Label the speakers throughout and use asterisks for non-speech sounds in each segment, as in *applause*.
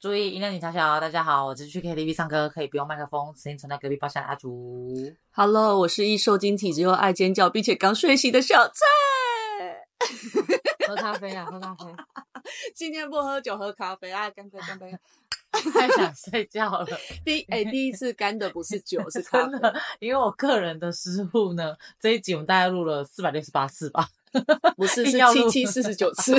Speaker 1: 注意音量，警察小。大家好，我是去 KTV 唱歌可以不用麦克风，声音传到隔壁包厢的阿竹。
Speaker 2: Hello，我是易受惊体质又爱尖叫，并且刚睡醒的小蔡。
Speaker 1: 喝咖啡啊，喝咖啡， *laughs*
Speaker 2: 今天不喝酒，喝咖啡啊，干杯，干杯！
Speaker 1: 太想睡觉
Speaker 2: *laughs*
Speaker 1: 了。
Speaker 2: 第哎、第一次干的不是酒，是咖
Speaker 1: 真
Speaker 2: 啡。
Speaker 1: 的，因为我个人的失误呢，这一集我们大概录了四百六十八次
Speaker 2: *laughs*
Speaker 1: 吧，
Speaker 2: 不是，是
Speaker 1: 硬要录
Speaker 2: 七七四十九
Speaker 1: *laughs*
Speaker 2: 次。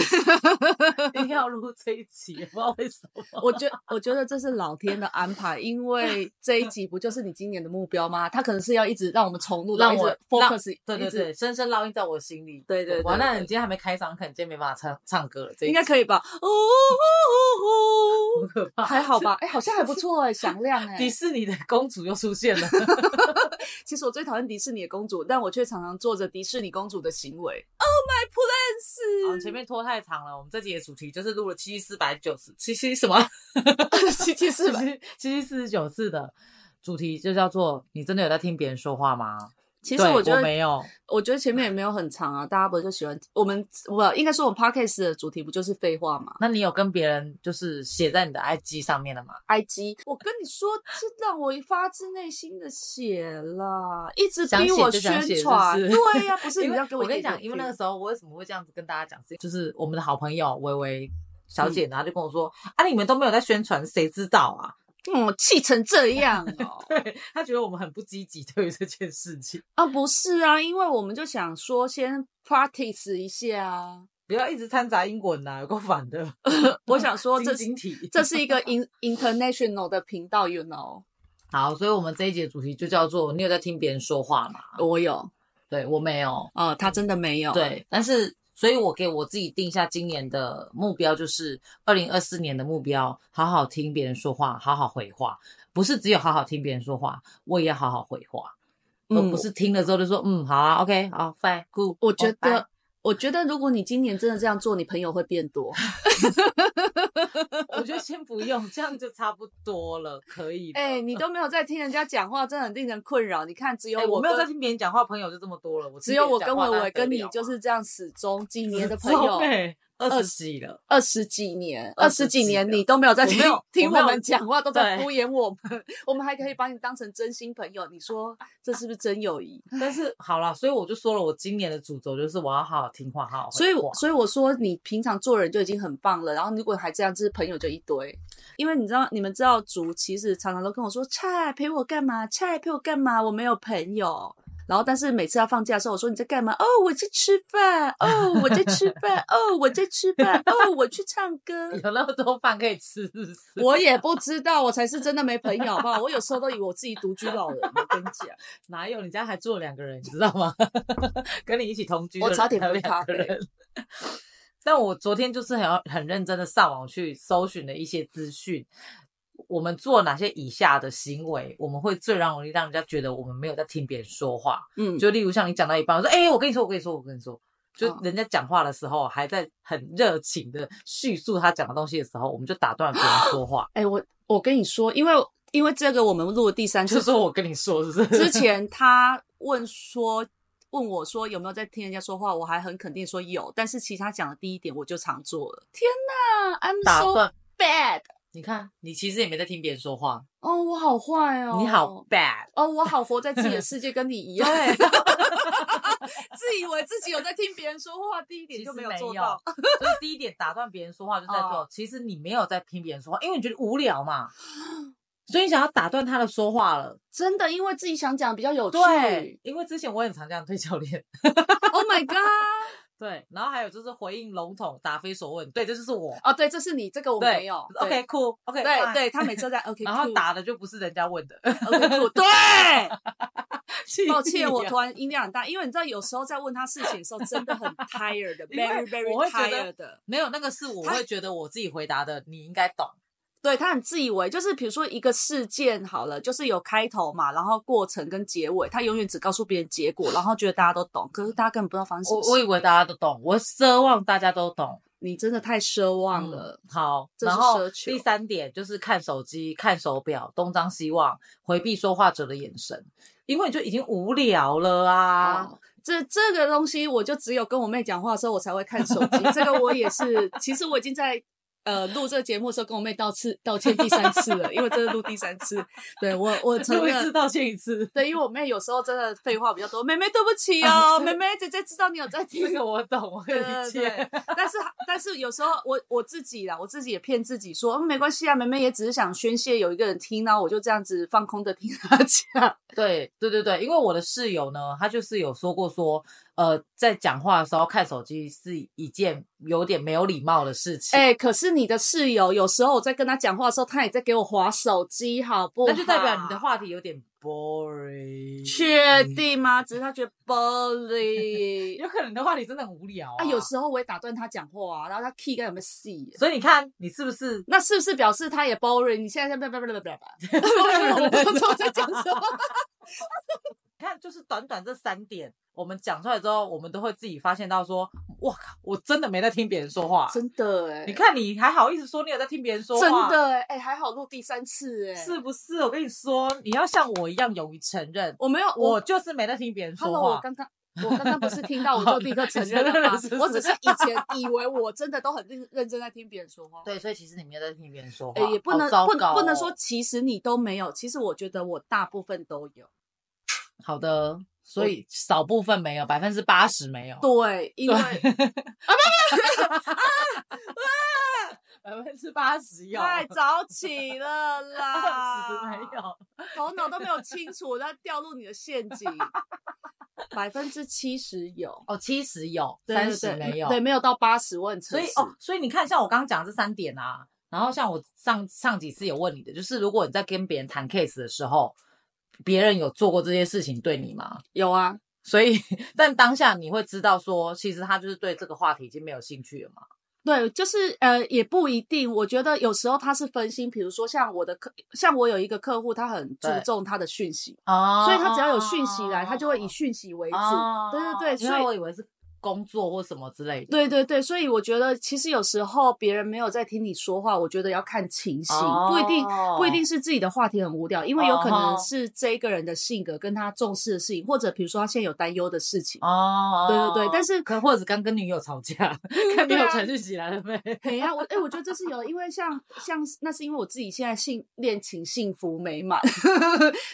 Speaker 1: 一定要录这一集，不知道为什么。
Speaker 2: 我觉我觉得这是老天的安排，因为这一集不就是你今年的目标吗？他可能是要一直 *laughs* 让我们重录，
Speaker 1: 让
Speaker 2: 然后一直
Speaker 1: 我让
Speaker 2: focus，
Speaker 1: 对对
Speaker 2: 一直
Speaker 1: 对，深深烙印在我心里。
Speaker 2: 对对对
Speaker 1: 哇，那
Speaker 2: 对
Speaker 1: 你今天还没开嗓，可能今天没办法唱唱歌了。这一
Speaker 2: 应该
Speaker 1: 集
Speaker 2: 可以吧？哦
Speaker 1: 好 *laughs*
Speaker 2: 哦
Speaker 1: 可
Speaker 2: 哦，
Speaker 1: 怕。
Speaker 2: 还好吧？ *laughs* 哎、好像还不错哎、响亮哎、
Speaker 1: 迪士尼的公主又出现
Speaker 2: *laughs*
Speaker 1: 了，
Speaker 2: 其实我最讨厌迪士尼的公主，但我却常常做着迪士尼公主的行为。Oh my
Speaker 1: 好，
Speaker 2: plans！
Speaker 1: 哦前面拖太长了。我们这集的主题就是录了七四百九十七七什么
Speaker 2: *laughs* 七
Speaker 1: *laughs*
Speaker 2: 七四百，
Speaker 1: 七七四十九次的主题，就叫做“你真的有在听别人说话吗？”
Speaker 2: 其实
Speaker 1: 对
Speaker 2: 我
Speaker 1: 我
Speaker 2: 觉得，
Speaker 1: 没有，
Speaker 2: 我觉得前面也没有很长啊，大家不就喜欢我们？我应该说，我们 podcast 的主题不就是废话吗
Speaker 1: 那你有跟别人就是写在你的 IG 上面了吗？
Speaker 2: ？IG，我跟你说，这让我发自内心的写啦，一直
Speaker 1: 想
Speaker 2: 逼
Speaker 1: 写
Speaker 2: 我
Speaker 1: 就想写
Speaker 2: 宣传。
Speaker 1: 是不是
Speaker 2: 对呀、不是
Speaker 1: *laughs* 因
Speaker 2: 你
Speaker 1: 为
Speaker 2: 要给
Speaker 1: 我跟
Speaker 2: 一
Speaker 1: 你
Speaker 2: 点
Speaker 1: 讲，因为那个
Speaker 2: feel
Speaker 1: 时候我为什么会这样子跟大家讲，是就是我们的好朋友微微
Speaker 2: 嗯
Speaker 1: 小姐，然后就跟我说：“啊，你们都没有在宣传，谁知道啊。
Speaker 2: 嗯，气成这样哦？” *laughs*
Speaker 1: 对，她觉得我们很不积极对于这件事情，
Speaker 2: 啊，不是啊，因为我们就想说先 practice 一下啊。
Speaker 1: 不要一直掺杂英文啊呐、有够烦的。
Speaker 2: 我想 *laughs* 说这
Speaker 1: 晶晶体，
Speaker 2: 这是一个 in *laughs* international 的频道，you know。
Speaker 1: 好，所以我们这一节主题就叫做“你有在听别人说话吗
Speaker 2: 我有，？”
Speaker 1: 对我没有，
Speaker 2: 哦，他真的没有。，
Speaker 1: 对，但是所以，我给我自己定下今年的目标，就是二零二四年的目标，好好听别人说话，好好回话，不是只有好好听别人说话，我也要好好回话，而
Speaker 2: 嗯，
Speaker 1: 不是听了之后就说嗯好啊，OK，好，fine，cool。
Speaker 2: 我觉得，我觉得如果你今年真的这样做，你朋友会变
Speaker 1: *laughs*
Speaker 2: 多。
Speaker 1: 我觉得先不用，这样就差不多了，可以了。
Speaker 2: 哎、你都没有在听人家讲话，真的很令人困扰。你看，只有
Speaker 1: 哎、
Speaker 2: 我
Speaker 1: 我没有在
Speaker 2: 跟
Speaker 1: 听别人讲话，朋友就这么多了。我
Speaker 2: 只有我跟伟
Speaker 1: 我
Speaker 2: 伟跟你就是这样始终
Speaker 1: *laughs*
Speaker 2: 几年的朋友，
Speaker 1: 二十几了。
Speaker 2: *laughs* 二十几年，
Speaker 1: 二
Speaker 2: 二
Speaker 1: 十
Speaker 2: 十
Speaker 1: 几
Speaker 2: 几年
Speaker 1: 了
Speaker 2: 你都没有在
Speaker 1: 我
Speaker 2: 听
Speaker 1: 没有
Speaker 2: 听
Speaker 1: 我没有
Speaker 2: 我们讲话，都在
Speaker 1: 对
Speaker 2: 敷衍我们。 *laughs* 我们还可以把你当成真心朋友，你说这是不是真友谊？
Speaker 1: 但是好了，所以我就说了，我今年的主轴就是我要好好听话，好好回
Speaker 2: 所以
Speaker 1: 话
Speaker 2: 我，所以我说你平常做人就已经很棒了，然后如果还这样，就是朋友就一堆。因为你知道，你们知道，主其实常常都跟我说：“菜陪我干嘛？菜陪我干嘛？我没有朋友。”然后，但是每次要放假的时候，我说你在干嘛？哦，我在吃饭。哦，我在吃饭。哦，我在吃饭。哦，我去唱 *laughs* 歌。
Speaker 1: *laughs* 有那么多饭可以吃，是不是？
Speaker 2: 我也不知道，我才是真的没朋友，好不好？我有时候都以为我自己独居老人。我跟你讲，
Speaker 1: 哪有？你家还住了两个人，你知道吗？ *laughs* 跟你一起同居的
Speaker 2: 我
Speaker 1: 人
Speaker 2: 差点
Speaker 1: 还有
Speaker 2: 喝
Speaker 1: 两
Speaker 2: 咖
Speaker 1: 个
Speaker 2: 啡
Speaker 1: 人。但我昨天就是很很认真的上网去搜寻了一些资讯，我们做哪些以下的行为，我们会最容易让人家觉得我们没有在听别人说话。
Speaker 2: 嗯，
Speaker 1: 就例如像你讲到一半，我说：“哎、我跟你说，我跟你说，我跟你说。”就
Speaker 2: 嗯，
Speaker 1: 人家讲话的时候，还在很热情的叙述他讲的东西的时候，我们就打断别人说话
Speaker 2: 哎、我我跟你说，因为因为这个我们录的第三
Speaker 1: 就
Speaker 2: 次
Speaker 1: 说我跟你说，是不
Speaker 2: 之
Speaker 1: 是？
Speaker 2: 前他问说，问我说有没有在听人家说话，我还很肯定说有，但是其实他讲的第一点我就常做了。天哪，I'm
Speaker 1: *laughs* 打
Speaker 2: so
Speaker 1: 断。
Speaker 2: bad！
Speaker 1: 你看，你其实也没在听别人说话，
Speaker 2: 哦，我好坏哦，
Speaker 1: 你好 bad。
Speaker 2: 哦，我好活在自己的世界，跟你一样， *laughs* 自以为自己有在听别人说话，第一点
Speaker 1: 其
Speaker 2: 就
Speaker 1: 实
Speaker 2: 没
Speaker 1: 没
Speaker 2: 有嗯
Speaker 1: 有
Speaker 2: 做 *laughs* 到。。
Speaker 1: 所以第一点，打断别人说话就在做。其实你没有在听别人说话，因为你觉得无聊嘛，所以你想要打断他的说话了。
Speaker 2: 真的，因为自己想讲比较有趣。
Speaker 1: 对，因为之前我也很常这样对教练，
Speaker 2: *laughs* ，Oh my god！
Speaker 1: 对，然后还有就是回应笼统、答非所问，对，这就是我。
Speaker 2: 哦，对，这是你，这 *laughs* 个我
Speaker 1: 对
Speaker 2: 没有。
Speaker 1: OK，酷，OK，
Speaker 2: 对
Speaker 1: 哇
Speaker 2: 对对，他每次都在 OK，
Speaker 1: 然后
Speaker 2: cool，
Speaker 1: 打的就不是人家问
Speaker 2: *laughs*
Speaker 1: 的，
Speaker 2: OK cool，对。抱
Speaker 1: 气
Speaker 2: 歉，我 *laughs*
Speaker 1: 啊
Speaker 2: 突然音量很大，因为你知道，有时候在问他事情的时候，真 *laughs* 的很 tired 的
Speaker 1: 因为
Speaker 2: ，very very
Speaker 1: 我会觉得
Speaker 2: tired 的。
Speaker 1: 没有那个是我会觉得我自己回答的，你应该懂。
Speaker 2: 对他很自以为，就是比如说一个事件好了，就是有开头嘛，然后过程跟结尾，他永远只告诉别人结果，然后觉得大家都懂，可是大家根本不知道发生什
Speaker 1: 我
Speaker 2: 么
Speaker 1: 我
Speaker 2: 事。
Speaker 1: 以为大家都懂，我奢望大家都懂。
Speaker 2: 你真的太奢望了。
Speaker 1: 嗯好，
Speaker 2: 这是
Speaker 1: 然后
Speaker 2: 奢求
Speaker 1: 第三点就是看手机、看手表，东张西望，回避说话者的眼神，因为你就已经无聊了啊。 *laughs*
Speaker 2: 啊，这这个东西，我就只有跟我妹讲话的时候，我才会看手机。这个我也是，其实我已经在呃录这个节目的时候跟我妹道歉道歉第三次了，因为真的录第三次。对我我承
Speaker 1: 录一次
Speaker 2: 认。
Speaker 1: 道歉一次。 *laughs*
Speaker 2: 对，因为我妹有时候真的废话比较多，妹妹对不起
Speaker 1: 啊
Speaker 2: 哦，
Speaker 1: 对
Speaker 2: 妹妹姐姐知道你有在听
Speaker 1: 这个我懂，我
Speaker 2: 对
Speaker 1: 理
Speaker 2: 对
Speaker 1: 解。
Speaker 2: 对，但是但是有时候我我自己啦，我自己也骗自己说，嗯，没关系啊，妹妹也只是想宣泄，有一个人听呢，我就这样子放空的听她讲。
Speaker 1: *laughs* 对对对对，因为我的室友呢，他就是有说过说，呃，在讲话的时候看手机是一件有点没有礼貌的事情。
Speaker 2: 哎、可是你的室友有时候我在跟他讲话的时候，他也在给我划手机，好不好？
Speaker 1: 那就代表你的话题有点 boring。
Speaker 2: 确定吗？只是他觉得 boring
Speaker 1: *laughs* 有可能你的话题真的很无聊啊。
Speaker 2: 啊，有时候我也打断他讲话啊，然后他 key 该有没有啊细？
Speaker 1: 所以你看，你是不是
Speaker 2: 那是不是表示他也 boring？你现在在叭叭叭叭叭叭，
Speaker 1: *laughs*
Speaker 2: 我不知道在讲什么。
Speaker 1: 你看，就是短短这三点，我们讲出来之后，我们都会自己发现到说，哇靠，我真的没在听别人说话。
Speaker 2: 真的哎、
Speaker 1: 你看，你还好意思说你有在听别人说
Speaker 2: 真
Speaker 1: 话？
Speaker 2: 的哎、哎、还好录第三次哎、
Speaker 1: 是不是？我跟你说，你要像我一样勇于承认，
Speaker 2: 我没有
Speaker 1: 我就是没在听别人说
Speaker 2: Hello，我
Speaker 1: 话。
Speaker 2: 刚刚。我刚刚不是听到我就立刻承认
Speaker 1: 你承
Speaker 2: 了
Speaker 1: 认
Speaker 2: 吗
Speaker 1: 了是不？是
Speaker 2: 我只是以前以为我真的都很认认真在听别人说话，
Speaker 1: 对，所以其实你没有在听别人说话，
Speaker 2: 哎，也不能
Speaker 1: 好糟
Speaker 2: 不
Speaker 1: 糕
Speaker 2: 不能
Speaker 1: 哦
Speaker 2: 说其实你都没有，其实我觉得我大部分都有。
Speaker 1: 好的。所以少部分没有，百分之八十没有。
Speaker 2: 对，因为
Speaker 1: 百分之八十有，
Speaker 2: 太早
Speaker 1: *laughs*
Speaker 2: 起了啦，
Speaker 1: 没有。
Speaker 2: 头脑都没有清楚，那掉入你的陷阱。百分之七十有，
Speaker 1: 哦，七十有，
Speaker 2: 对
Speaker 1: 三
Speaker 2: 对
Speaker 1: 十
Speaker 2: 对
Speaker 1: 没有，
Speaker 2: 对，没有到八十，我很诚
Speaker 1: 所以
Speaker 2: 实
Speaker 1: 哦，所以你看，像我刚刚讲这三点啊，然后像我上上几次有问你的，就是如果你在跟别人谈 case 的时候，别人有做过这些事情对你吗？
Speaker 2: 有啊，
Speaker 1: 所以，但当下你会知道说，其实他就是对这个话题已经没有兴趣了嘛。
Speaker 2: 对，就是呃，也不一定。我觉得有时候他是分心，比如说像我的客，像我有一个客户，他很注
Speaker 1: 对
Speaker 2: 重他的讯息，
Speaker 1: 哦
Speaker 2: 所以他只要有讯息来，他就会以讯息为主。对对
Speaker 1: 哦
Speaker 2: 对，
Speaker 1: 因为
Speaker 2: 所
Speaker 1: 我
Speaker 2: 以
Speaker 1: 以为是工作或什么之类的。
Speaker 2: 对对对，所以我觉得其实有时候别人没有在听你说话，我觉得要看情形，不一定。
Speaker 1: 哦
Speaker 2: 不一定是自己的话题很无聊，因为有可
Speaker 1: 哦
Speaker 2: 能是这个人的性格跟他重视的事情，或者比如说他现在有担忧的事情。
Speaker 1: 哦。
Speaker 2: 对对对但是
Speaker 1: 可或者是刚跟女友吵架，看女
Speaker 2: 对
Speaker 1: 友
Speaker 2: 啊
Speaker 1: 程序起来了没？
Speaker 2: 哎呀，我哎、我觉得这是有的，因为像像那是因为我自己现在幸恋情幸福美满， *laughs*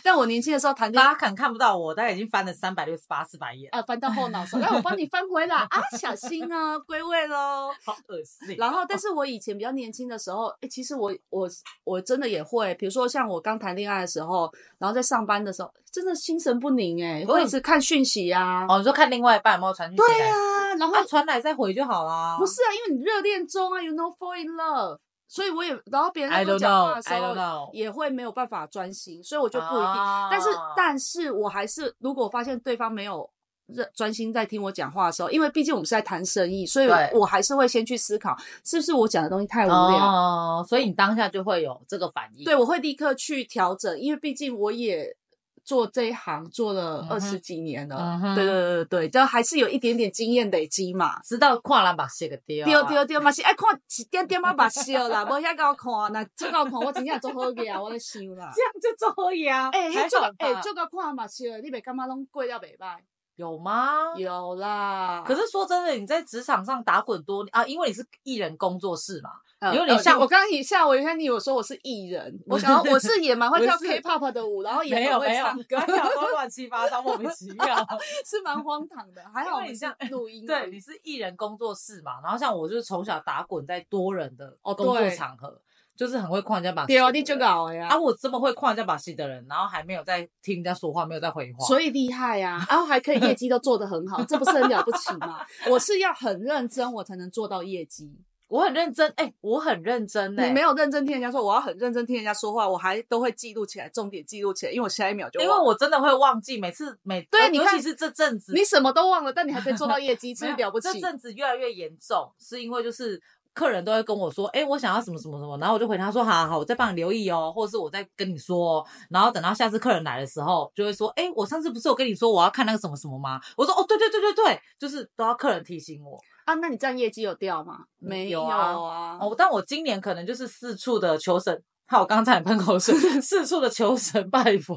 Speaker 2: 但我年轻的时候谈恋
Speaker 1: 大
Speaker 2: 爱
Speaker 1: 家可能看不到我，大概已经翻了三百六十八次白眼，
Speaker 2: 呃翻到后脑勺，来我帮你翻回来啊，小心哦，归位喽。
Speaker 1: 好恶心。
Speaker 2: 然后，但是我以前比较年轻的时候，哎，其实我我我真的也会，比如说像我刚谈恋爱的时候，然后在上班的时候，真的心神不宁哎、会一直看讯息啊，
Speaker 1: 嗯哦，你说看另外一半有没有传讯息来？
Speaker 2: 对啊，然后
Speaker 1: 啊，传来再回就好啦。
Speaker 2: 不是啊，因为你热恋中啊，you know fall in love，所以我也，然后别人在
Speaker 1: ，I
Speaker 2: 跟
Speaker 1: don't
Speaker 2: 我讲话的
Speaker 1: know,
Speaker 2: 时
Speaker 1: I don't
Speaker 2: 候，
Speaker 1: know，啊
Speaker 2: 也会没有办法专心，所以我就不一定。
Speaker 1: 哦
Speaker 2: 但是，但是我还是，如果发现对方没有认专心在听我讲话的时候，因为毕竟我们是在谈生意，所以
Speaker 1: 对
Speaker 2: 我还是会先去思考，是不是我讲的东西太无聊。
Speaker 1: 哦，所以你当下就会有这个反应。
Speaker 2: 对，，我会立刻去调整，因为毕竟我也做这一行做了
Speaker 1: 嗯哼
Speaker 2: 二十几年了
Speaker 1: 嗯，哼
Speaker 2: 对对对对，就还是有一点点经验累积嘛。
Speaker 1: 知道跨栏把写个丢啊，
Speaker 2: 对对对，嘛是爱看一点点仔目睭啦，无遐够看，那足够看，我真正做好个，我咧想
Speaker 1: *laughs*
Speaker 2: 啦。
Speaker 1: 样就做呀。
Speaker 2: 哎，
Speaker 1: 还
Speaker 2: 迄足
Speaker 1: 好吧
Speaker 2: 哎足够看目睭的，你袂感觉拢过了袂歹？
Speaker 1: 有吗？
Speaker 2: 有啦，
Speaker 1: 可是说真的，你在职场上打滚多啊，因为你是艺人工作室嘛，
Speaker 2: 呃
Speaker 1: 有点像
Speaker 2: 呃我刚刚一下，我原来你有说我是艺人，我
Speaker 1: *laughs*
Speaker 2: 想要我是也蛮会跳 K-pop 的舞，然后也
Speaker 1: 没
Speaker 2: 很
Speaker 1: 有
Speaker 2: 会
Speaker 1: 没有
Speaker 2: 唱，
Speaker 1: *laughs*
Speaker 2: 歌，
Speaker 1: 还有都乱七八糟，莫名其
Speaker 2: *laughs*
Speaker 1: 妙。
Speaker 2: 是蛮荒唐的。还好
Speaker 1: 因为
Speaker 2: 我们
Speaker 1: 你
Speaker 2: 是
Speaker 1: 像 *laughs*
Speaker 2: 录音而
Speaker 1: 对，
Speaker 2: 已，
Speaker 1: 你是艺人工作室嘛，然后像我就是从小打滚在多人的
Speaker 2: 哦
Speaker 1: 工作
Speaker 2: 对
Speaker 1: 场合，就是很会看人家把戏
Speaker 2: *laughs* 对
Speaker 1: 的
Speaker 2: 啊，你就
Speaker 1: 人
Speaker 2: 搞呀
Speaker 1: 啊，。我这么会看人家把戏的人，然后还没有在听人家说话，没有在回话，
Speaker 2: 所以厉害呀、啊，然后还可以业绩都做得很 *laughs* 好，这不是很了不起吗？我是要很认真，我才能做到业绩。
Speaker 1: 我很认真，哎、我很认真欸呢、
Speaker 2: 你没有认真听人家说，我要很认真听人家说话，我还都会记录起来，重点记录起来，因为我下一秒就
Speaker 1: 因为
Speaker 2: 忘了
Speaker 1: 我真的会忘记，每次每
Speaker 2: 对
Speaker 1: 呃
Speaker 2: 你
Speaker 1: 尤
Speaker 2: 看
Speaker 1: 其是这阵子，
Speaker 2: 你什么都忘了，但你还可以做到业绩，是
Speaker 1: 没
Speaker 2: 不
Speaker 1: 有
Speaker 2: 是了不起
Speaker 1: 这？
Speaker 2: *laughs*
Speaker 1: 阵子越来越严重，是因为就是客人都会跟我说，哎、我想要什么什么什么，然后我就回他说，好好好，我再帮你留意哦，或者是我再跟你说、哦。然后等到下次客人来的时候，就会说，哎、我上次不是有跟你说我要看那个什么什么吗？我说，哦，对对对对对，就是都要客人提醒我。
Speaker 2: 啊，那你这样业绩有掉吗？没
Speaker 1: 有啊
Speaker 2: 啊。
Speaker 1: 哦，但我今年可能就是
Speaker 2: *laughs*
Speaker 1: 四处的求神。看我刚刚差点喷口水，四处的求神拜佛，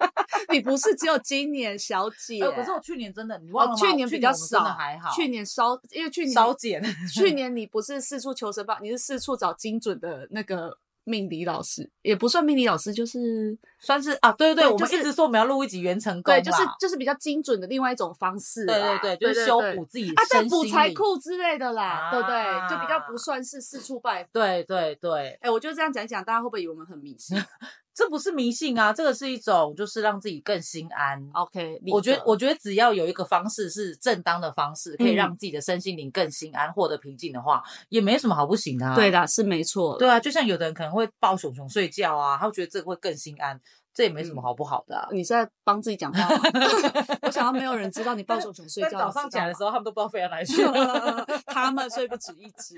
Speaker 2: *laughs* 你不是只有今年，小姐。
Speaker 1: 呃可是我去年真的，你忘了
Speaker 2: 哦
Speaker 1: 吗？
Speaker 2: 去年比较
Speaker 1: 我真的
Speaker 2: 少，
Speaker 1: 还好。
Speaker 2: 去年稍，因为去年
Speaker 1: 少减，
Speaker 2: 去年你不是四处求神吧？你是四处找精准的那个命理老师，也不算命理老师，就是
Speaker 1: *laughs* 算是啊，对对
Speaker 2: 对
Speaker 1: 对，我们
Speaker 2: 就是
Speaker 1: 一直说我们要录一集原成功啦，
Speaker 2: 对，就是就是比较精准的另外一种方式
Speaker 1: 对
Speaker 2: 啦。
Speaker 1: 对对，就是修
Speaker 2: 对
Speaker 1: 补自己
Speaker 2: 啊，对
Speaker 1: 身
Speaker 2: 补
Speaker 1: 心
Speaker 2: 财
Speaker 1: 灵，
Speaker 2: 库之类的啦，对不对？就比较不
Speaker 1: 啊
Speaker 2: 算是四处拜访。
Speaker 1: 对对对，
Speaker 2: 哎，我就这样讲一讲，大家会不会以为我们很迷
Speaker 1: *laughs*
Speaker 2: 信
Speaker 1: 这不是迷信啊，这个是一种就是让自己更心安。
Speaker 2: ？OK，
Speaker 1: 我觉得，我觉得只要有一个方式是正当的方式，可以
Speaker 2: 嗯
Speaker 1: 让自己的身心灵更心安，获得平静的话，也没什么好不行的、啊。
Speaker 2: 对，啦，是没错。
Speaker 1: 对，啊，就像有的人可能会抱熊熊睡觉啊，他会觉得这个会更心安，这也没什么好不好的啊、
Speaker 2: 你是在帮自己讲话吗？ *laughs* 我想要没有人知道你抱手熊睡
Speaker 1: 但
Speaker 2: 觉，
Speaker 1: 早上起来的时
Speaker 2: 候。
Speaker 1: 候，他们都不知道飞到哪里 *laughs* 去了。
Speaker 2: *laughs* 他们睡不止一只，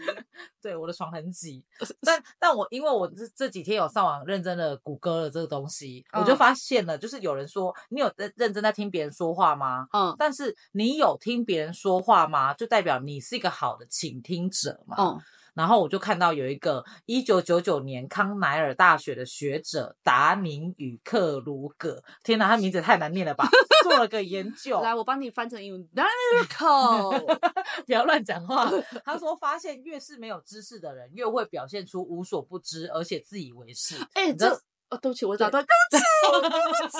Speaker 1: 对，我的床很 *laughs* 挤，但但我因为我这这几天有上网认真的谷歌了这个东西，我就
Speaker 2: 嗯
Speaker 1: 发现了，就是有人说你有认认真在听别人说话吗？
Speaker 2: 嗯
Speaker 1: 但是你有听别人说话吗？就代表你是一个好的倾听者嘛。
Speaker 2: 嗯，
Speaker 1: 然后我就看到有一个一九九九年康奈尔大学的学者达宁与克鲁格，天哪，他名字也太难念了吧？做了个研究，
Speaker 2: 来，我帮你翻成英文 n a
Speaker 1: *laughs*
Speaker 2: c o
Speaker 1: 不要乱讲话。他说，发现越是没有知识的人，越会表现出无所不知，而且自以为是。
Speaker 2: 哎，
Speaker 1: 你知道
Speaker 2: 这哦，对不起，我找到，对不起，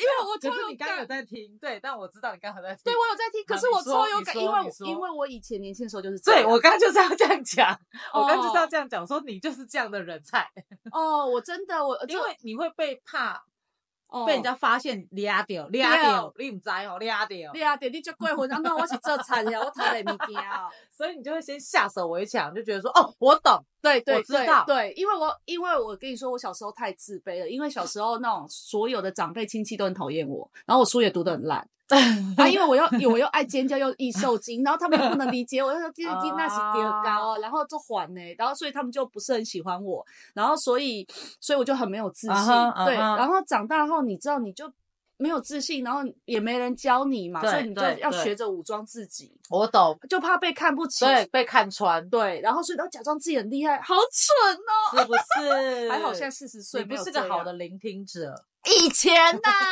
Speaker 2: 因为我
Speaker 1: 可
Speaker 2: 超
Speaker 1: 是
Speaker 2: 有
Speaker 1: 你刚刚有
Speaker 2: 感，
Speaker 1: 在听，对，但我知道你刚刚有在听。
Speaker 2: 对我有在听，可
Speaker 1: 好
Speaker 2: 是
Speaker 1: 你
Speaker 2: 我
Speaker 1: 说
Speaker 2: 超有
Speaker 1: 你
Speaker 2: 感，
Speaker 1: 说
Speaker 2: 因为
Speaker 1: 你
Speaker 2: 我
Speaker 1: 说
Speaker 2: 因为我以前年轻的时候就是这
Speaker 1: 对，
Speaker 2: 样
Speaker 1: 我刚刚就是要这样讲，我刚刚就是要
Speaker 2: 哦
Speaker 1: 这样讲，说你就是这样的人才，
Speaker 2: 哦，我真的我
Speaker 1: 因为你会被怕
Speaker 2: 就
Speaker 1: 被人家发现抓掉，抓掉，你唔知哦，抓掉
Speaker 2: 哦，对啊，对你就怪魂，啊，那我是做菜的，我讨厌物件哦。
Speaker 1: 所以你就会先下手为强，就觉得说哦，我懂，
Speaker 2: 对对
Speaker 1: 我知道
Speaker 2: 对对，因为我因为我跟你说，我小时候太自卑了，因为小时候那种所有的长辈亲戚都很讨厌我，然后我书也读得很
Speaker 1: *laughs*
Speaker 2: 烂啊，因为我又我又爱尖叫又易受惊，然后他们又不能理解我，
Speaker 1: *laughs*
Speaker 2: 就说这这那是
Speaker 1: 啊
Speaker 2: 跌高，哦然后就还呢，然后所以他们就不是很喜欢我，然后所以所以我就很没有自信
Speaker 1: 啊哈
Speaker 2: 对，
Speaker 1: 啊哈
Speaker 2: 然后长大后你知道你就。没有自信，然后也没人教你嘛，
Speaker 1: 对
Speaker 2: 所以你就
Speaker 1: 对
Speaker 2: 要
Speaker 1: 对
Speaker 2: 学着武装自己，
Speaker 1: 我懂，
Speaker 2: 就怕被看不起，
Speaker 1: 对，被看穿，
Speaker 2: 对，然后所以都假装自己很厉害，好蠢哦！
Speaker 1: 是不 *laughs* 是？
Speaker 2: 还好现在四十岁
Speaker 1: 你
Speaker 2: 没
Speaker 1: 不
Speaker 2: 有
Speaker 1: 是
Speaker 2: 这
Speaker 1: 个好
Speaker 2: 样
Speaker 1: 的，聆听者，
Speaker 2: 以前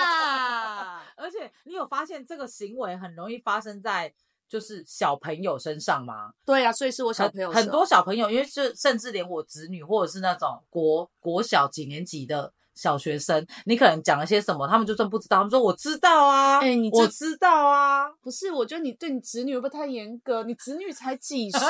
Speaker 2: 呐、
Speaker 1: 而且你有发现这个行为很容易发生在就是小朋友身上吗？
Speaker 2: *laughs* 对呀、啊，所以是我小
Speaker 1: 很
Speaker 2: 朋友
Speaker 1: 很
Speaker 2: 时候
Speaker 1: 多小朋友，因为是甚至连我侄女或者是那种国国小几年级的小学生，你可能讲了些什么，他们就算不知道，他们说我知道啊，
Speaker 2: 哎你这
Speaker 1: 我知道啊，
Speaker 2: 不是，我觉得你对你侄女会不会太严格？你侄女才
Speaker 1: *laughs*
Speaker 2: 几岁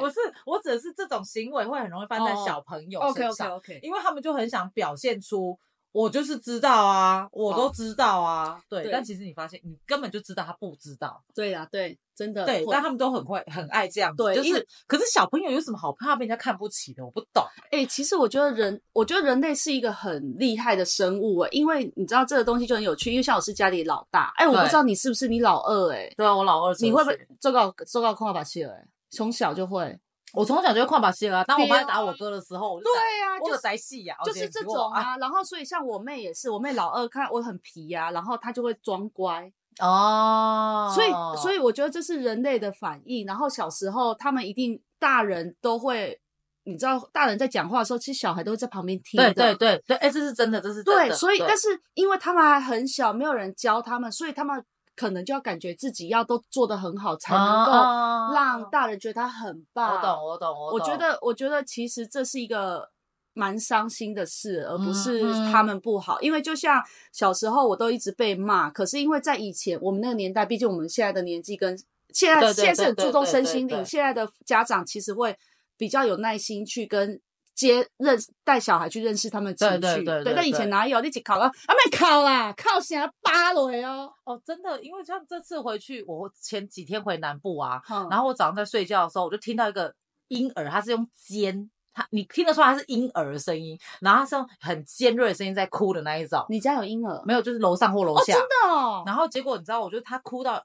Speaker 1: 不是，我只是这种行为会很容易发生在
Speaker 2: 哦
Speaker 1: 小朋友
Speaker 2: ？OK
Speaker 1: 身
Speaker 2: OK
Speaker 1: 上，
Speaker 2: OK，
Speaker 1: 因为他们就很想表现出。我就是知道啊，我都
Speaker 2: 哦
Speaker 1: 知道啊，对。
Speaker 2: 对
Speaker 1: 但其实你发现，你根本就知道他不知道，
Speaker 2: 对呀、啊，对，真的
Speaker 1: 对。
Speaker 2: 会
Speaker 1: 但他们都很会，很爱这样子，
Speaker 2: 对
Speaker 1: 就
Speaker 2: 因
Speaker 1: 是。可是小朋友有什么好怕被人家看不起的？我不懂。欸
Speaker 2: 哎、其实我觉得人，我觉得人类是一个很厉害的生物、哎，因为你知道这个东西就很有趣，因为像我是家里老大，哎、我不
Speaker 1: 对
Speaker 2: 知道你是不是你老二、哎，
Speaker 1: 对啊，我老二
Speaker 2: 你会不会做到做到空话把戏了、哎，从小就会。
Speaker 1: 我从小就会跨把戏啦。当我
Speaker 2: 对啊
Speaker 1: 妈打我哥的时候，我就
Speaker 2: 对呀、
Speaker 1: 打
Speaker 2: 就
Speaker 1: 我
Speaker 2: 是
Speaker 1: 啊就宅戏呀，哦
Speaker 2: 就
Speaker 1: 我
Speaker 2: 是
Speaker 1: 简直
Speaker 2: 这
Speaker 1: 我
Speaker 2: 种啊，然后所以像我妹也是，我妹老二看我很皮呀、然后她就会装乖，
Speaker 1: 哦。
Speaker 2: 所以所以我觉得这是人类的反应。然后小时候他们一定大人都会，你知道大人在讲话的时候，其实小孩都会在旁边听
Speaker 1: 对对
Speaker 2: 的。
Speaker 1: 对对，哎，这是真的，这是真
Speaker 2: 对
Speaker 1: 的
Speaker 2: 所以但
Speaker 1: 是
Speaker 2: 是因为他们还很小，没有人教他们，所以他们可能就要感觉自己要都做得很好，才能够让大人觉得他很棒。
Speaker 1: 哦我懂，我懂，我
Speaker 2: 我觉
Speaker 1: 懂
Speaker 2: 得，我觉得其实这是一个蛮伤心的事，而不是
Speaker 1: 嗯
Speaker 2: 他们不好。因为就像小时候，我都一直被骂，可是因为在以前我们那个年代，毕竟我们现在的年纪跟现在
Speaker 1: 对对
Speaker 2: 现在是很
Speaker 1: 对
Speaker 2: 注重
Speaker 1: 对
Speaker 2: 身
Speaker 1: 对
Speaker 2: 心
Speaker 1: 对
Speaker 2: 灵，现在的家长其实会比较有耐心去跟。接认带小孩去认识他们的情
Speaker 1: 对
Speaker 2: 绪，
Speaker 1: 对对对
Speaker 2: 但以
Speaker 1: 对
Speaker 2: 前哪有？你一考啊，啊没考啦，考啥芭蕾哦。
Speaker 1: 哦，真的，因为像这次回去，我前几天回南部啊，
Speaker 2: 然
Speaker 1: 然后我早上在睡觉的时候，我就听到一个婴儿，他是用尖，他你听得出来他是婴儿的声音，然后他是用很尖锐的声音在哭的那一种，
Speaker 2: 你家有婴儿？
Speaker 1: 没有，就是楼上或楼
Speaker 2: 哦，
Speaker 1: 下。
Speaker 2: 真的哦。
Speaker 1: 然后结果你知道，我就他哭到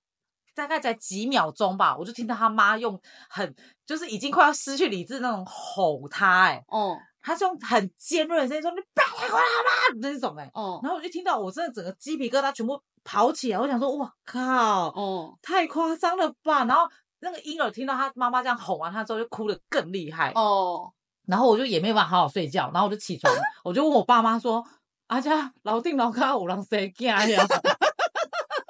Speaker 1: 大概在几秒钟吧，我就听到他妈用很就是已经快要失去理智那种吼他、哎，
Speaker 2: 哦
Speaker 1: 他是用很尖锐的声音说：“你不要来过来啦！”那种、哎，
Speaker 2: 哦
Speaker 1: 然后我就听到我真的整个鸡皮疙瘩全部跑起来，我想说：“哇靠，
Speaker 2: 哦
Speaker 1: 太夸张了吧！”然后。那个婴儿听到他妈妈这样吼完他之后，就哭得更厉害。
Speaker 2: 哦， *laughs*
Speaker 1: 然后我就也没有办法好好睡觉，然后我就起床，我就问我爸妈说：“阿家老定老卡五郎谁干呀？ *laughs*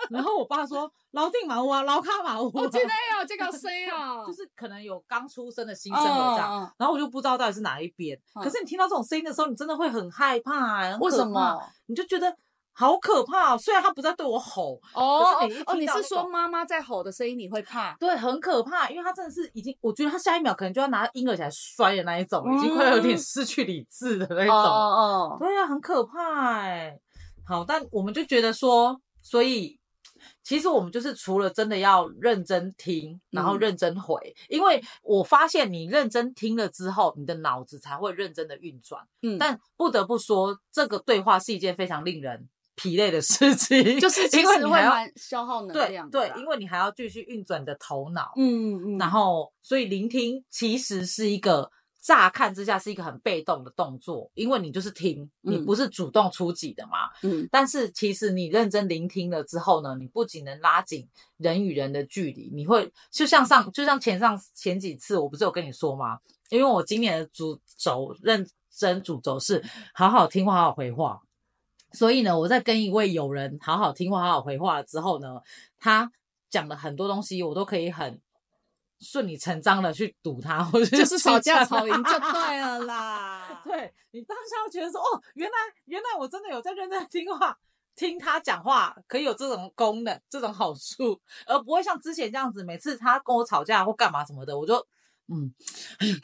Speaker 1: 然后我爸说老定马乌啊，老卡马乌、
Speaker 2: 我 *laughs*
Speaker 1: 啊，
Speaker 2: 真的哦，这个谁哦，
Speaker 1: 就是可能有刚出生的新
Speaker 2: 嗯
Speaker 1: 生儿这样。
Speaker 2: 嗯
Speaker 1: 然后我就不知道到底是哪一边，
Speaker 2: 嗯
Speaker 1: 可是你听到这种声音的时候，你真的会很害怕、很
Speaker 2: 嗯为
Speaker 1: 可
Speaker 2: 什
Speaker 1: 怕？
Speaker 2: 么？
Speaker 1: 你就觉得好可怕、哦。虽然他不是在对我吼，
Speaker 2: 哦
Speaker 1: 可是你一
Speaker 2: 哦，
Speaker 1: 听
Speaker 2: 你
Speaker 1: 到
Speaker 2: 是
Speaker 1: 那
Speaker 2: 说
Speaker 1: 种
Speaker 2: 妈妈在吼的声音你会怕？
Speaker 1: 对，很可怕，因为他真的是已经，我觉得他下一秒可能就要拿婴儿起来摔的那一种，已经快有点
Speaker 2: 嗯
Speaker 1: 失去理智的那
Speaker 2: 哦
Speaker 1: 一种。
Speaker 2: 哦哦，
Speaker 1: 对啊，很可怕哎、好，但我们就觉得说，所以其实我们就是除了真的要认真听，然后
Speaker 2: 嗯
Speaker 1: 认真回，因为我发现你认真听了之后，你的脑子才会认真的运转。
Speaker 2: 嗯
Speaker 1: 但不得不说，这个对话是一件非常令人疲累的事情，
Speaker 2: 就是其
Speaker 1: 因为
Speaker 2: 实
Speaker 1: 你
Speaker 2: 会
Speaker 1: 还要
Speaker 2: 蛮消耗能
Speaker 1: 对
Speaker 2: 量的
Speaker 1: 对
Speaker 2: 啦，
Speaker 1: 因为你还要继续运转你的头脑。
Speaker 2: 嗯嗯，
Speaker 1: 然后所以聆听其实是一个乍看之下是一个很被动的动作，因为你就是听，你
Speaker 2: 嗯
Speaker 1: 不是主动出击的嘛。
Speaker 2: 嗯
Speaker 1: 但是其实你认真聆听了之后呢，你不仅能拉紧人与人的距离，你会就像上就像前上前几次我不是有跟你说吗？因为我今年的主轴认真主轴是好好听话，好好回话。所以呢，我在跟一位友人好好听话、好好回话了之后呢，他讲了很多东西，我都可以很顺理成章的去堵他，或者
Speaker 2: 就是吵架
Speaker 1: 去讲他。
Speaker 2: 吵赢就对了啦 *laughs*
Speaker 1: 对你当下觉得说，哦，原来原来我真的有在认真听话，听他讲话可以有这种功能，这种好处，而不会像之前这样子，每次他跟我吵架或干嘛什么的，我就嗯， *laughs*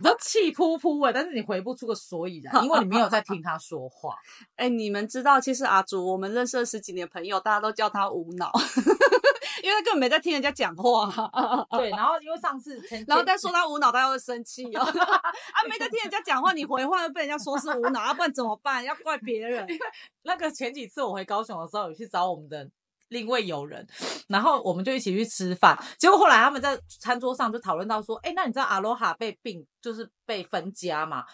Speaker 1: 你都气扑扑哎，但是你回不出个所以然，因为你没有在听他说话。
Speaker 2: 哎、你们知道，其实阿竹，我们认识了十几年朋友，大家都叫他无脑， *laughs* 因为他根本没在听人家讲话、
Speaker 1: *laughs* 对， *laughs* 然后因为上次前
Speaker 2: 然后
Speaker 1: 前
Speaker 2: 再说他无脑，大家会生气 *laughs* 哦。啊，没在听人家讲话，你回话又被人家说是无脑，啊要、不然怎么办？要怪别人。
Speaker 1: 那个前几次我回高雄的时候，有去找我们的另一位友人，然后我们就一起去吃饭。结果后来他们在餐桌上就讨论到说：“哎，那你知道阿罗哈被并就是被分家嘛？”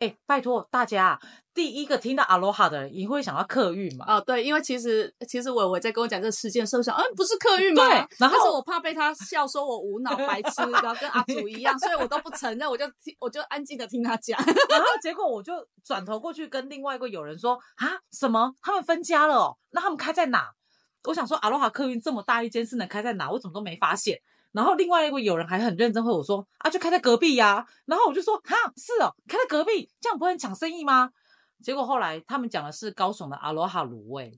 Speaker 1: 哎，拜托大家，啊第一个听到阿罗哈的人，你会想到客运嘛？
Speaker 2: *laughs* 哦，对，因为其实其实伟伟在跟我讲这个事件的时候，我想，嗯，不是客运吗？
Speaker 1: 对然后
Speaker 2: 但是我怕被他笑说我无脑白痴，然后跟阿竹一样，所以我都不承认，我就听，我就安静的听他讲。 *laughs*
Speaker 1: 然后结果我就转头过去跟另外一个友人说：“啊，什么？他们分家了、哦？那他们开在哪？”我想说，阿罗哈客运这么大一间是能开在哪？我怎么都没发现。然后另外一个友人还很认真回我说：“啊，就开在隔壁呀、然后我就说：“哈，是哦，开在隔壁，这样不会很抢生意吗？”结果后来他们讲的是高雄的阿罗哈卤味，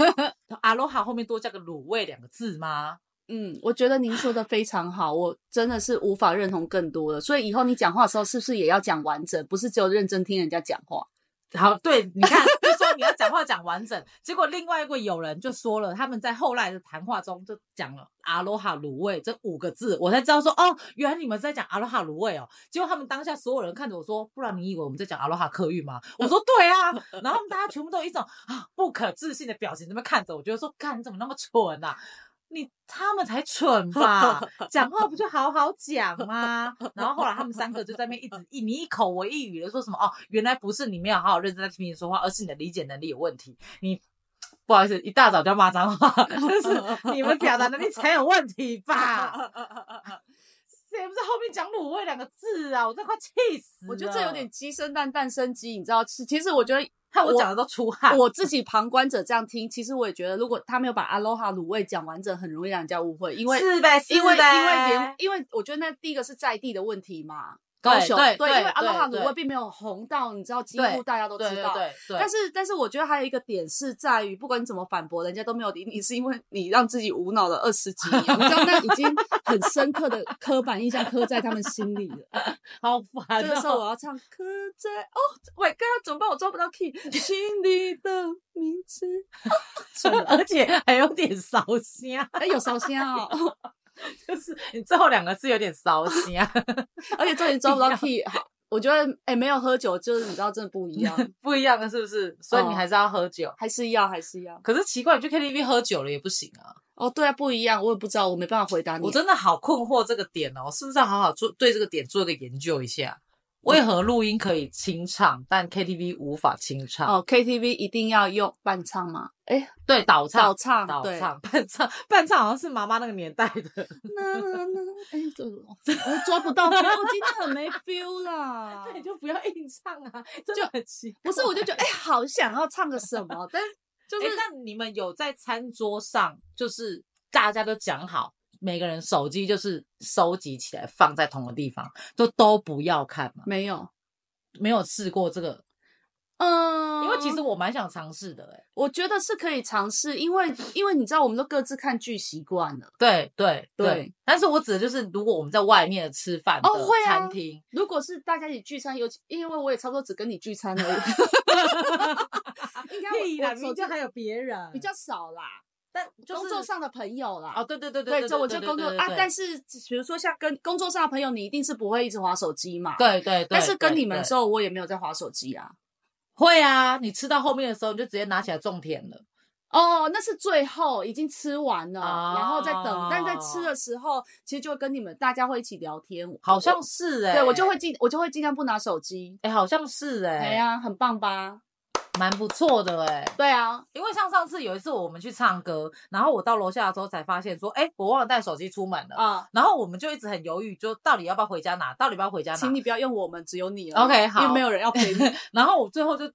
Speaker 1: *laughs* 阿罗哈后面多加个卤味两个字吗？
Speaker 2: 嗯，我觉得您说的非常好，我真的是无法认同更多了。所以以后你讲话的时候，是不是也要讲完整，不是只有认真听人家讲话？
Speaker 1: 好，对，你看，就说你要讲话讲完整，结果另外一位友人就说了，他们在后来的谈话中就讲了“阿罗哈卤味”这五个字，我才知道说哦，原来你们是在讲阿罗哈卤味哦。结果他们当下所有人看着我说：“不然你以为我们在讲阿罗哈客运吗？”我说：“对啊。”然后他们大家全部都有一种啊不可置信的表情，这么看着我，觉得说：“干，你怎么那么蠢呐、你他们才蠢吧？讲话不就好好讲吗？然后后来他们三个就在那边一直一你一口我一语的说什么哦，原来不是你没有好好认真在听你说话，而是你的理解能力有问题。你不好意思，一大早就要骂脏话，就是你们表达能力才有问题吧？谁不知道后面讲卤味两个字啊？我真快气死了！
Speaker 2: 我觉得这有点，鸡生蛋，蛋生鸡，你知道？是，其实我觉得
Speaker 1: 看我讲的都出 *laughs* 汗。
Speaker 2: 我自己旁观者这样听，其实我也觉得，如果他没有把阿罗哈卤味讲完整，很容易让人家误会，因为
Speaker 1: 是呗，是呗欸
Speaker 2: 因为因为连因为我觉得那第一个是在地的问题嘛，高
Speaker 1: 对
Speaker 2: 雄
Speaker 1: 对
Speaker 2: 对，因为阿罗
Speaker 1: 对
Speaker 2: 哈卤
Speaker 1: 对
Speaker 2: 味并没有红到，你知道，几
Speaker 1: 对
Speaker 2: 乎大家都
Speaker 1: 对
Speaker 2: 知
Speaker 1: 对
Speaker 2: 道。
Speaker 1: 对对，
Speaker 2: 但是，但是我觉得还有一个点是在于，不管你怎么反驳，人家都没有理你，是因为你让自己无脑了二十几年，你知道那已经很深刻的刻板印象刻在他们心里了。
Speaker 1: 好烦
Speaker 2: 这个时候
Speaker 1: 哦。
Speaker 2: 我要唱刻在哦，喂，刚刚怎么办？我抓不到 *laughs* key，心里的名字。哦算了，
Speaker 1: *laughs* 而且还有点烧香，
Speaker 2: 哎，有烧香哦，
Speaker 1: 就是你最后两个字有点烧香，
Speaker 2: *laughs* 而且终于抓不到 *laughs* key。好我觉得，哎，没有喝酒，就是你知道，真的不一样，
Speaker 1: 不一样的是不是？所以你
Speaker 2: 哦
Speaker 1: 还是要喝酒。
Speaker 2: 还是要，还是要。
Speaker 1: 可是奇怪，你去 KTV 喝酒了也不行啊！
Speaker 2: 哦，对啊，不一样，我也不知道，我没啊办法回答你。
Speaker 1: 我真的好困惑这个点哦，是不是要好好做对这个点做一个研究一下？为何录音可以清唱，但 KTV 无法清唱？
Speaker 2: 哦，KTV 一定要用伴唱吗？哎，
Speaker 1: 对，倒
Speaker 2: 倒
Speaker 1: 唱、
Speaker 2: 唱，
Speaker 1: 倒
Speaker 2: 对，
Speaker 1: 唱、伴唱、伴唱，好像是妈妈那个年代的。 *laughs*
Speaker 2: 那那哎，对， *laughs* 我抓不到，我今天 *laughs* 很没 feel *laughs* 啦。
Speaker 1: 那你就不要硬唱啊，真
Speaker 2: 就
Speaker 1: 的很奇
Speaker 2: 不是，我就觉得哎，好想要唱个什么，但就
Speaker 1: 哎
Speaker 2: 是，
Speaker 1: 那你们有在餐桌上，就是大家都讲好，每个人手机就是收集起来放在同个地方，就都不要看嘛？
Speaker 2: 没有，
Speaker 1: 没有试过这个，
Speaker 2: 嗯，
Speaker 1: 因为其实我蛮想尝试的、欸，哎，
Speaker 2: 我觉得是可以尝试，因为因为你知道，我们都各自看剧习惯了。
Speaker 1: 对对
Speaker 2: 对
Speaker 1: 但是我指的就是，如果我们在外面吃饭的
Speaker 2: 哦会啊
Speaker 1: 餐厅，
Speaker 2: 如果是大家一起聚餐，尤其因为我也差不多只跟你聚餐而已， *laughs* 应该我我手机
Speaker 1: 有别人
Speaker 2: 比较少啦，
Speaker 1: 但就是
Speaker 2: 工作上的朋友啦。
Speaker 1: 哦，对对对
Speaker 2: 对，
Speaker 1: 对，
Speaker 2: 这我就工作啊，但
Speaker 1: 是
Speaker 2: 是比如说像跟工作上的朋友，你一定是不会一直划手机嘛。。
Speaker 1: 对对对，
Speaker 2: 但是跟你们的
Speaker 1: 对
Speaker 2: 时候，我也没有在划手机啊。
Speaker 1: 会啊，你吃到后面的时候，你就直接拿起来种田了。
Speaker 2: 哦，那是最后已经吃完了，然后再等。但在吃
Speaker 1: 哦
Speaker 2: 的时候，其实就跟你们大家会一起聊天，
Speaker 1: 好像是哎、
Speaker 2: 对我就会尽我就会尽量不拿手机。
Speaker 1: 哎、好像是哎、
Speaker 2: 哎呀，很棒吧？
Speaker 1: 蛮不错的哎、
Speaker 2: 对啊，
Speaker 1: 因为像上次有一次我们去唱歌，然后我到楼下的时候才发现说，哎、我忘了带手机出门了。
Speaker 2: 啊，
Speaker 1: 然后我们就一直很犹豫，就到底要不要回家拿，到底要不要回家拿
Speaker 2: 请。你不要用我们，只有你了。
Speaker 1: OK，
Speaker 2: 因
Speaker 1: 好
Speaker 2: 为没有人要陪你。 *laughs*
Speaker 1: 然后我最后就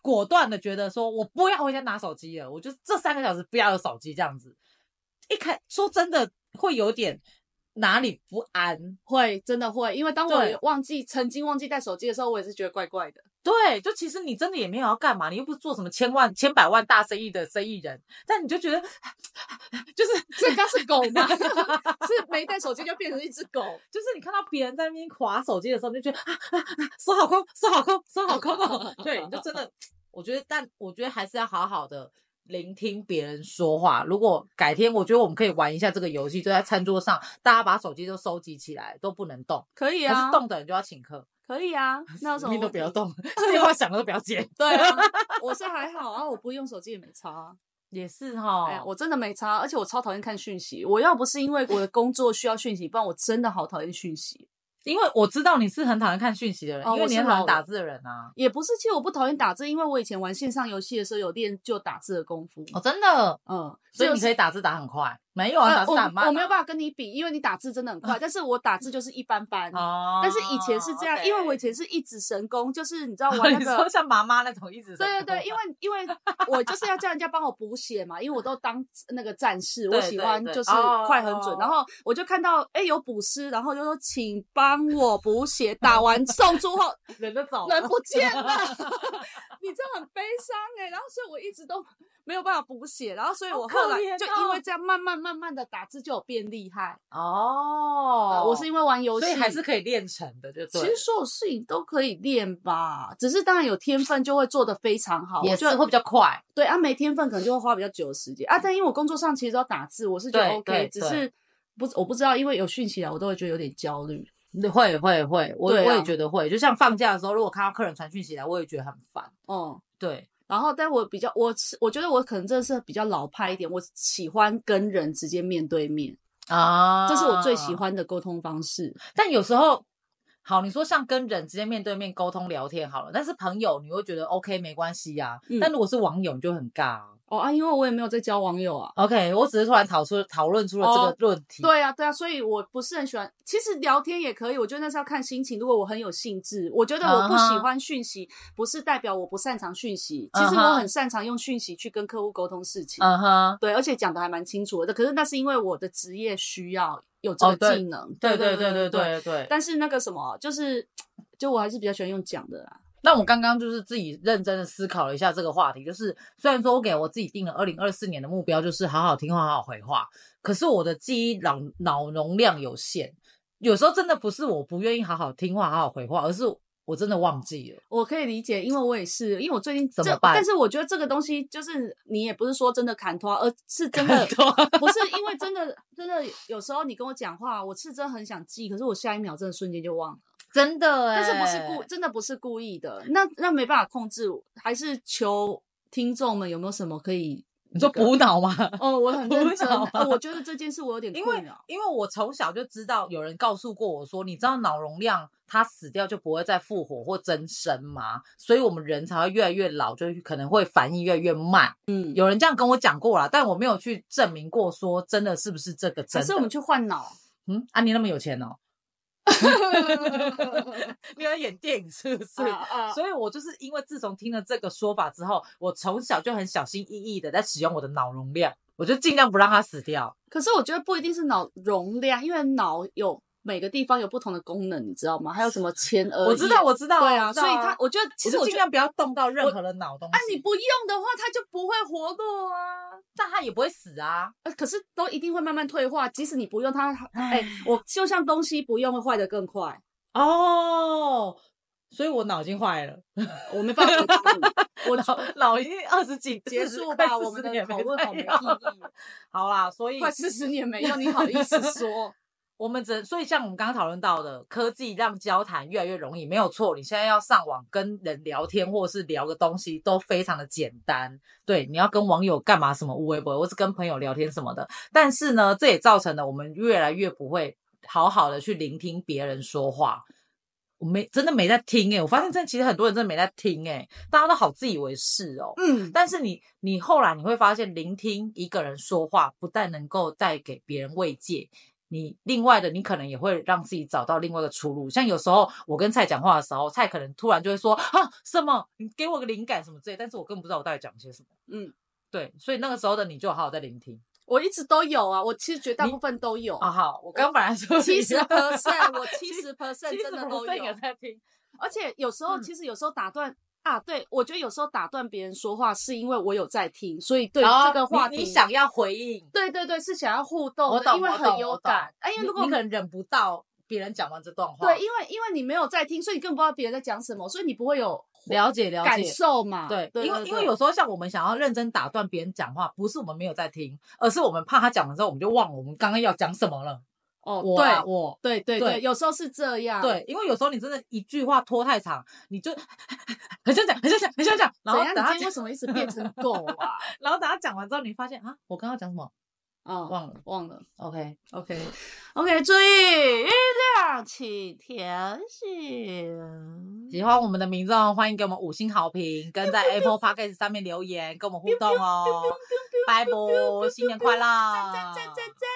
Speaker 1: 果断的觉得说，我不要回家拿手机了，我就这三个小时不要有手机这样子。一开说真的会有点哪里不安，
Speaker 2: 会，真的会，因为当我
Speaker 1: 对
Speaker 2: 忘记曾经忘记带手机的时候，我也是觉得怪怪的。
Speaker 1: 对，就其实你真的也没有要干嘛，你又不是做什么千万千百万大生意的生意人，但你就觉得 *laughs* 就是 *laughs*
Speaker 2: 这刚是狗吗？ *laughs*
Speaker 1: 啊
Speaker 2: 是没带手机就变成一只狗。
Speaker 1: 就是你看到别人在那边划手机的时候，你就觉得啊啊啊，手好空，手好空，手好空 *laughs* 哦。对，你就真的，我觉得，但我觉得还是要好好的聆听别人说话。如果改天，我觉得我们可以玩一下这个游戏，就在餐桌上，大家把手机都收集起来，都不能动。
Speaker 2: 可以
Speaker 1: 可是
Speaker 2: 啊，
Speaker 1: 动的人就要请客，
Speaker 2: 可以 *laughs* 啊，那有什
Speaker 1: 什
Speaker 2: 么
Speaker 1: 么都
Speaker 2: 问
Speaker 1: 不
Speaker 2: 题？
Speaker 1: 要动， *laughs* 电话响了都不要接。
Speaker 2: 对 *laughs* 啊，我是还好啊，我不用手机也没差啊。
Speaker 1: 也是哈、
Speaker 2: 哎呀，我真的没差，而且我超讨厌看讯息。我要不是因为我的工作需要讯息，不然我真的好讨厌讯息。
Speaker 1: 因为我知道你是很讨厌看讯息的人，
Speaker 2: 哦
Speaker 1: 因为
Speaker 2: 我
Speaker 1: 你
Speaker 2: 是
Speaker 1: 很讨厌
Speaker 2: 老
Speaker 1: 打
Speaker 2: 人
Speaker 1: 字的人啊。
Speaker 2: 也不是，其实我不讨厌打字，因为我以前玩线上游戏的时候有练就打字的功夫。
Speaker 1: 哦，真的，
Speaker 2: 嗯，
Speaker 1: 所以
Speaker 2: 就
Speaker 1: 你
Speaker 2: 是
Speaker 1: 可以打字打很快，没有啊，打
Speaker 2: 呃
Speaker 1: 字打很慢、
Speaker 2: 我，我没有
Speaker 1: 法。
Speaker 2: 办法跟你比，因为你打字真
Speaker 1: *laughs*
Speaker 2: 的很快，但是我打字就是一般般。
Speaker 1: 哦，
Speaker 2: 但是以前是这样，因为我以
Speaker 1: 前。 *laughs*
Speaker 2: 前是一指神功，就是你知道玩那
Speaker 1: 哦你
Speaker 2: 个
Speaker 1: 说。像妈妈那种一直
Speaker 2: 对对对，因为
Speaker 1: *laughs*
Speaker 2: 因为我就是要叫人家帮我补血嘛，因为我都当那个战士，我
Speaker 1: 对
Speaker 2: 喜
Speaker 1: 对
Speaker 2: 欢
Speaker 1: 对
Speaker 2: 就是
Speaker 1: 哦
Speaker 2: 快很准
Speaker 1: 哦，
Speaker 2: 然后我就看到哎有补师，然后就说请帮我补血，打完送出后
Speaker 1: 人都走
Speaker 2: 人不
Speaker 1: *laughs*
Speaker 2: 见了，你这样很悲伤哎、然后所以我一直都没有办法补血，然后所以我
Speaker 1: 好可
Speaker 2: 后来
Speaker 1: 怜
Speaker 2: 就
Speaker 1: 哦
Speaker 2: 因为这样慢慢慢慢的打字就有变厉害。
Speaker 1: 哦
Speaker 2: 呃，我是因为玩游戏，
Speaker 1: 所以还是可以练成的，就对
Speaker 2: 其
Speaker 1: 了。
Speaker 2: 实所有事情都可以练吧，只是当然有天分就会做得非常好。
Speaker 1: 也
Speaker 2: 我
Speaker 1: 是
Speaker 2: 觉得
Speaker 1: 会比较快，
Speaker 2: 对啊，没天分可能就会花比较久的时间啊。但因为我工作上其实都要打字，我是觉得
Speaker 1: 对
Speaker 2: OK，
Speaker 1: 对
Speaker 2: 只
Speaker 1: 对
Speaker 2: 是不我不知道，因为有讯息啊来，我都会觉得有点焦虑。
Speaker 1: 会会会，我、
Speaker 2: 对啊
Speaker 1: 我也觉得会。就像放假的时候，如果看到客人传讯息来，我也觉得很烦。
Speaker 2: 哦、
Speaker 1: 对，
Speaker 2: 然后，但我比较，我是我觉得我可能真的是比较老派一点，我喜欢跟人直接面对面，
Speaker 1: 啊
Speaker 2: 这是我最喜。欢的沟通方式。
Speaker 1: 但有时候，好，你说像跟人直接面对面沟通聊天好了，但是朋友你会觉得 OK 没关系呀、啊
Speaker 2: 嗯
Speaker 1: 但如果是网友，你就很尬啊、
Speaker 2: 哦啊，因为我也没有在交网友啊。
Speaker 1: OK，我只是突然讨出讨论出了这
Speaker 2: 哦
Speaker 1: 个论题。
Speaker 2: *laughs* 对啊，对啊，所以我不是很喜欢。其实聊天也可以，我觉得那是要看心情。如果我很有兴致，我觉得我不喜欢讯息不是代表我不擅长讯息。其实
Speaker 1: 嗯嗯
Speaker 2: 我
Speaker 1: 哼
Speaker 2: 很擅长用讯息去跟客户沟通事情。
Speaker 1: 嗯哼，
Speaker 2: 对，而且讲的还蛮清楚的。可是那是因为我的职业需要有这
Speaker 1: 哦
Speaker 2: 个
Speaker 1: 对
Speaker 2: 技能。
Speaker 1: 对
Speaker 2: 对
Speaker 1: 对对对
Speaker 2: 对
Speaker 1: 对对。
Speaker 2: 但是那个什么，啊就是就我还是比较喜欢用讲的啦。
Speaker 1: 那我刚刚就是自己认真的思考了一下这个话题，就是虽然说我给我自己定了二零二四年的目标，就是好好听话、好好回话，可是我的记忆脑脑容量有限，有时候真的不是我不愿意好好听话、好好回话，而是我真的忘记了。
Speaker 2: 我可以理解，因为我也是，因为我最近
Speaker 1: 怎
Speaker 2: 这
Speaker 1: 么办
Speaker 2: 但是我觉得这个东西就是你也不是说真的砍拖，而是
Speaker 1: *laughs*
Speaker 2: 真的
Speaker 1: 啊
Speaker 2: 不是因为真的真的有时候你跟我讲话，我是真的很想记，可是我下一秒真的瞬间就忘了，
Speaker 1: 真的、欸，
Speaker 2: 但是不是故真的不是故意的，那那没办法控制，还是求听众们有没有什么可以
Speaker 1: 你说补脑吗？ *laughs*
Speaker 2: 哦，我很认真、
Speaker 1: 不要
Speaker 2: *laughs* 呃我觉得这件事我有点
Speaker 1: 因为
Speaker 2: 困扰。
Speaker 1: 因为我从小就知道有人告诉过我说，你知道脑容量它死掉就不会再复活或增生吗？所以我们人才会越来越老，就可能会反应越来越慢。
Speaker 2: 嗯，
Speaker 1: 有人这样跟我讲过啦，但我没有去证明过，说真的是不是这个真的？
Speaker 2: 还是我们去换脑？
Speaker 1: 嗯，啊，你那么有钱
Speaker 2: *laughs*
Speaker 1: 哦， *laughs* 你要演电影是不是？
Speaker 2: 啊啊
Speaker 1: 所以我就是因为自从听了这个说法之后，我从小就很小心翼翼的在使用我的脑容量，我就尽量不让它死掉。
Speaker 2: 可是我觉得不一定是脑容量，因为脑有每个地方有不同的功能，你知道吗？还有什么前额叶？
Speaker 1: 我知道，我知道，
Speaker 2: 呃对
Speaker 1: 我
Speaker 2: 啊，
Speaker 1: 知
Speaker 2: 所
Speaker 1: 道
Speaker 2: 以它，我觉得其实
Speaker 1: 我
Speaker 2: 我
Speaker 1: 就尽
Speaker 2: 觉得，
Speaker 1: 量不要动到任
Speaker 2: 我
Speaker 1: 何的脑东西。
Speaker 2: 啊，你不用的话，它就不会活络啊。
Speaker 1: 但它也不会死啊。
Speaker 2: 呃，可是都一定会慢慢退化，即使你不用它，
Speaker 1: 唉
Speaker 2: 哎、我就像东西不用会坏的更快，
Speaker 1: 哦，所以我脑筋坏了，
Speaker 2: 我没办法帮
Speaker 1: *laughs*
Speaker 2: 助你，我
Speaker 1: 脑脑已经二十几
Speaker 2: 结束吧，我们的讨论好没意
Speaker 1: 义。 *laughs*
Speaker 2: 义，
Speaker 1: 好啦，所以
Speaker 2: 快四十年没用，你好意思
Speaker 1: *laughs*
Speaker 2: 说？
Speaker 1: 我们只能所以像我们刚刚讨论到的，科技让交谈越来越容易，没有错。你现在要上网跟人聊天，或是聊个东西，都非常的简单。对，你要跟网友干嘛什么无微博，或是跟朋友聊天什么的。但是呢，这也造成了我们越来越不会好好的去聆听别人说话。我没真的没在听诶、欸我发现真的其实很多人真的没在听诶、大家都好自以为是哦。
Speaker 2: 嗯，
Speaker 1: 但是你你后来你会发现，聆听一个人说话，不但能够带给别人慰藉，你另外的你可能也会让自己找到另外的出路。像有时候我跟蔡讲话的时候，蔡可能突然就会说啊什么，你给我个灵感什么之类，但是我根本不知道我到底讲些什么。
Speaker 2: 嗯，
Speaker 1: 对，所以那个时候的你就好好在聆听。
Speaker 2: 我一直都有啊，我其实绝大部分都有，
Speaker 1: 啊好，我刚本来 *laughs* 说
Speaker 2: 七十 percent，我七
Speaker 1: *laughs*
Speaker 2: 十 percent 真的都有
Speaker 1: 有，在听。
Speaker 2: 而且有时候
Speaker 1: 嗯
Speaker 2: 其实有时候打断。啊，对，我觉得有时候打断别人说话，是因为我有在听，所以对于这个话题，
Speaker 1: 哦你想要回应，
Speaker 2: 对对对，是想要互动
Speaker 1: 我
Speaker 2: 的，
Speaker 1: 懂
Speaker 2: 因为
Speaker 1: 我
Speaker 2: 很
Speaker 1: 懂
Speaker 2: 有
Speaker 1: 我懂
Speaker 2: 感。哎，因为
Speaker 1: 你
Speaker 2: 如果
Speaker 1: 你可能忍不到别人讲完这段话，
Speaker 2: 对，因为因为你没有在听，所以你根本不知道别人在讲什么，所以你不会有
Speaker 1: 了解了解，
Speaker 2: 感受嘛。
Speaker 1: 对，
Speaker 2: 对
Speaker 1: 因为
Speaker 2: 对
Speaker 1: 因为
Speaker 2: 对
Speaker 1: 有时候像我们想要认真打断别人讲话，不是我们没有在听，而是我们怕他讲完之后，我们就忘了我们刚刚要讲什么了。
Speaker 2: 哦，
Speaker 1: 我啊
Speaker 2: 对
Speaker 1: 我。
Speaker 2: 对对
Speaker 1: 对
Speaker 2: 对，有时候是这样。，
Speaker 1: 对，因为有时候你真的一句话拖太长，你就很想讲，很想讲，很想讲，然后
Speaker 2: 怎
Speaker 1: 等
Speaker 2: 样？你
Speaker 1: 他
Speaker 2: 今天
Speaker 1: 讲
Speaker 2: 为，什么一直变成狗啊？
Speaker 1: 然后等他讲完之后，你发现啊，我刚刚讲什么
Speaker 2: 啊，
Speaker 1: 忘了
Speaker 2: 忘了。
Speaker 1: ？OK，
Speaker 2: OK OK，注意音量，请调小。
Speaker 1: 喜欢我们的民众欢迎给我们五星好评，跟在 Apple Podcast 上面留言，跟我们互动哦。拜拜，新年快乐！
Speaker 2: 赞赞赞赞赞！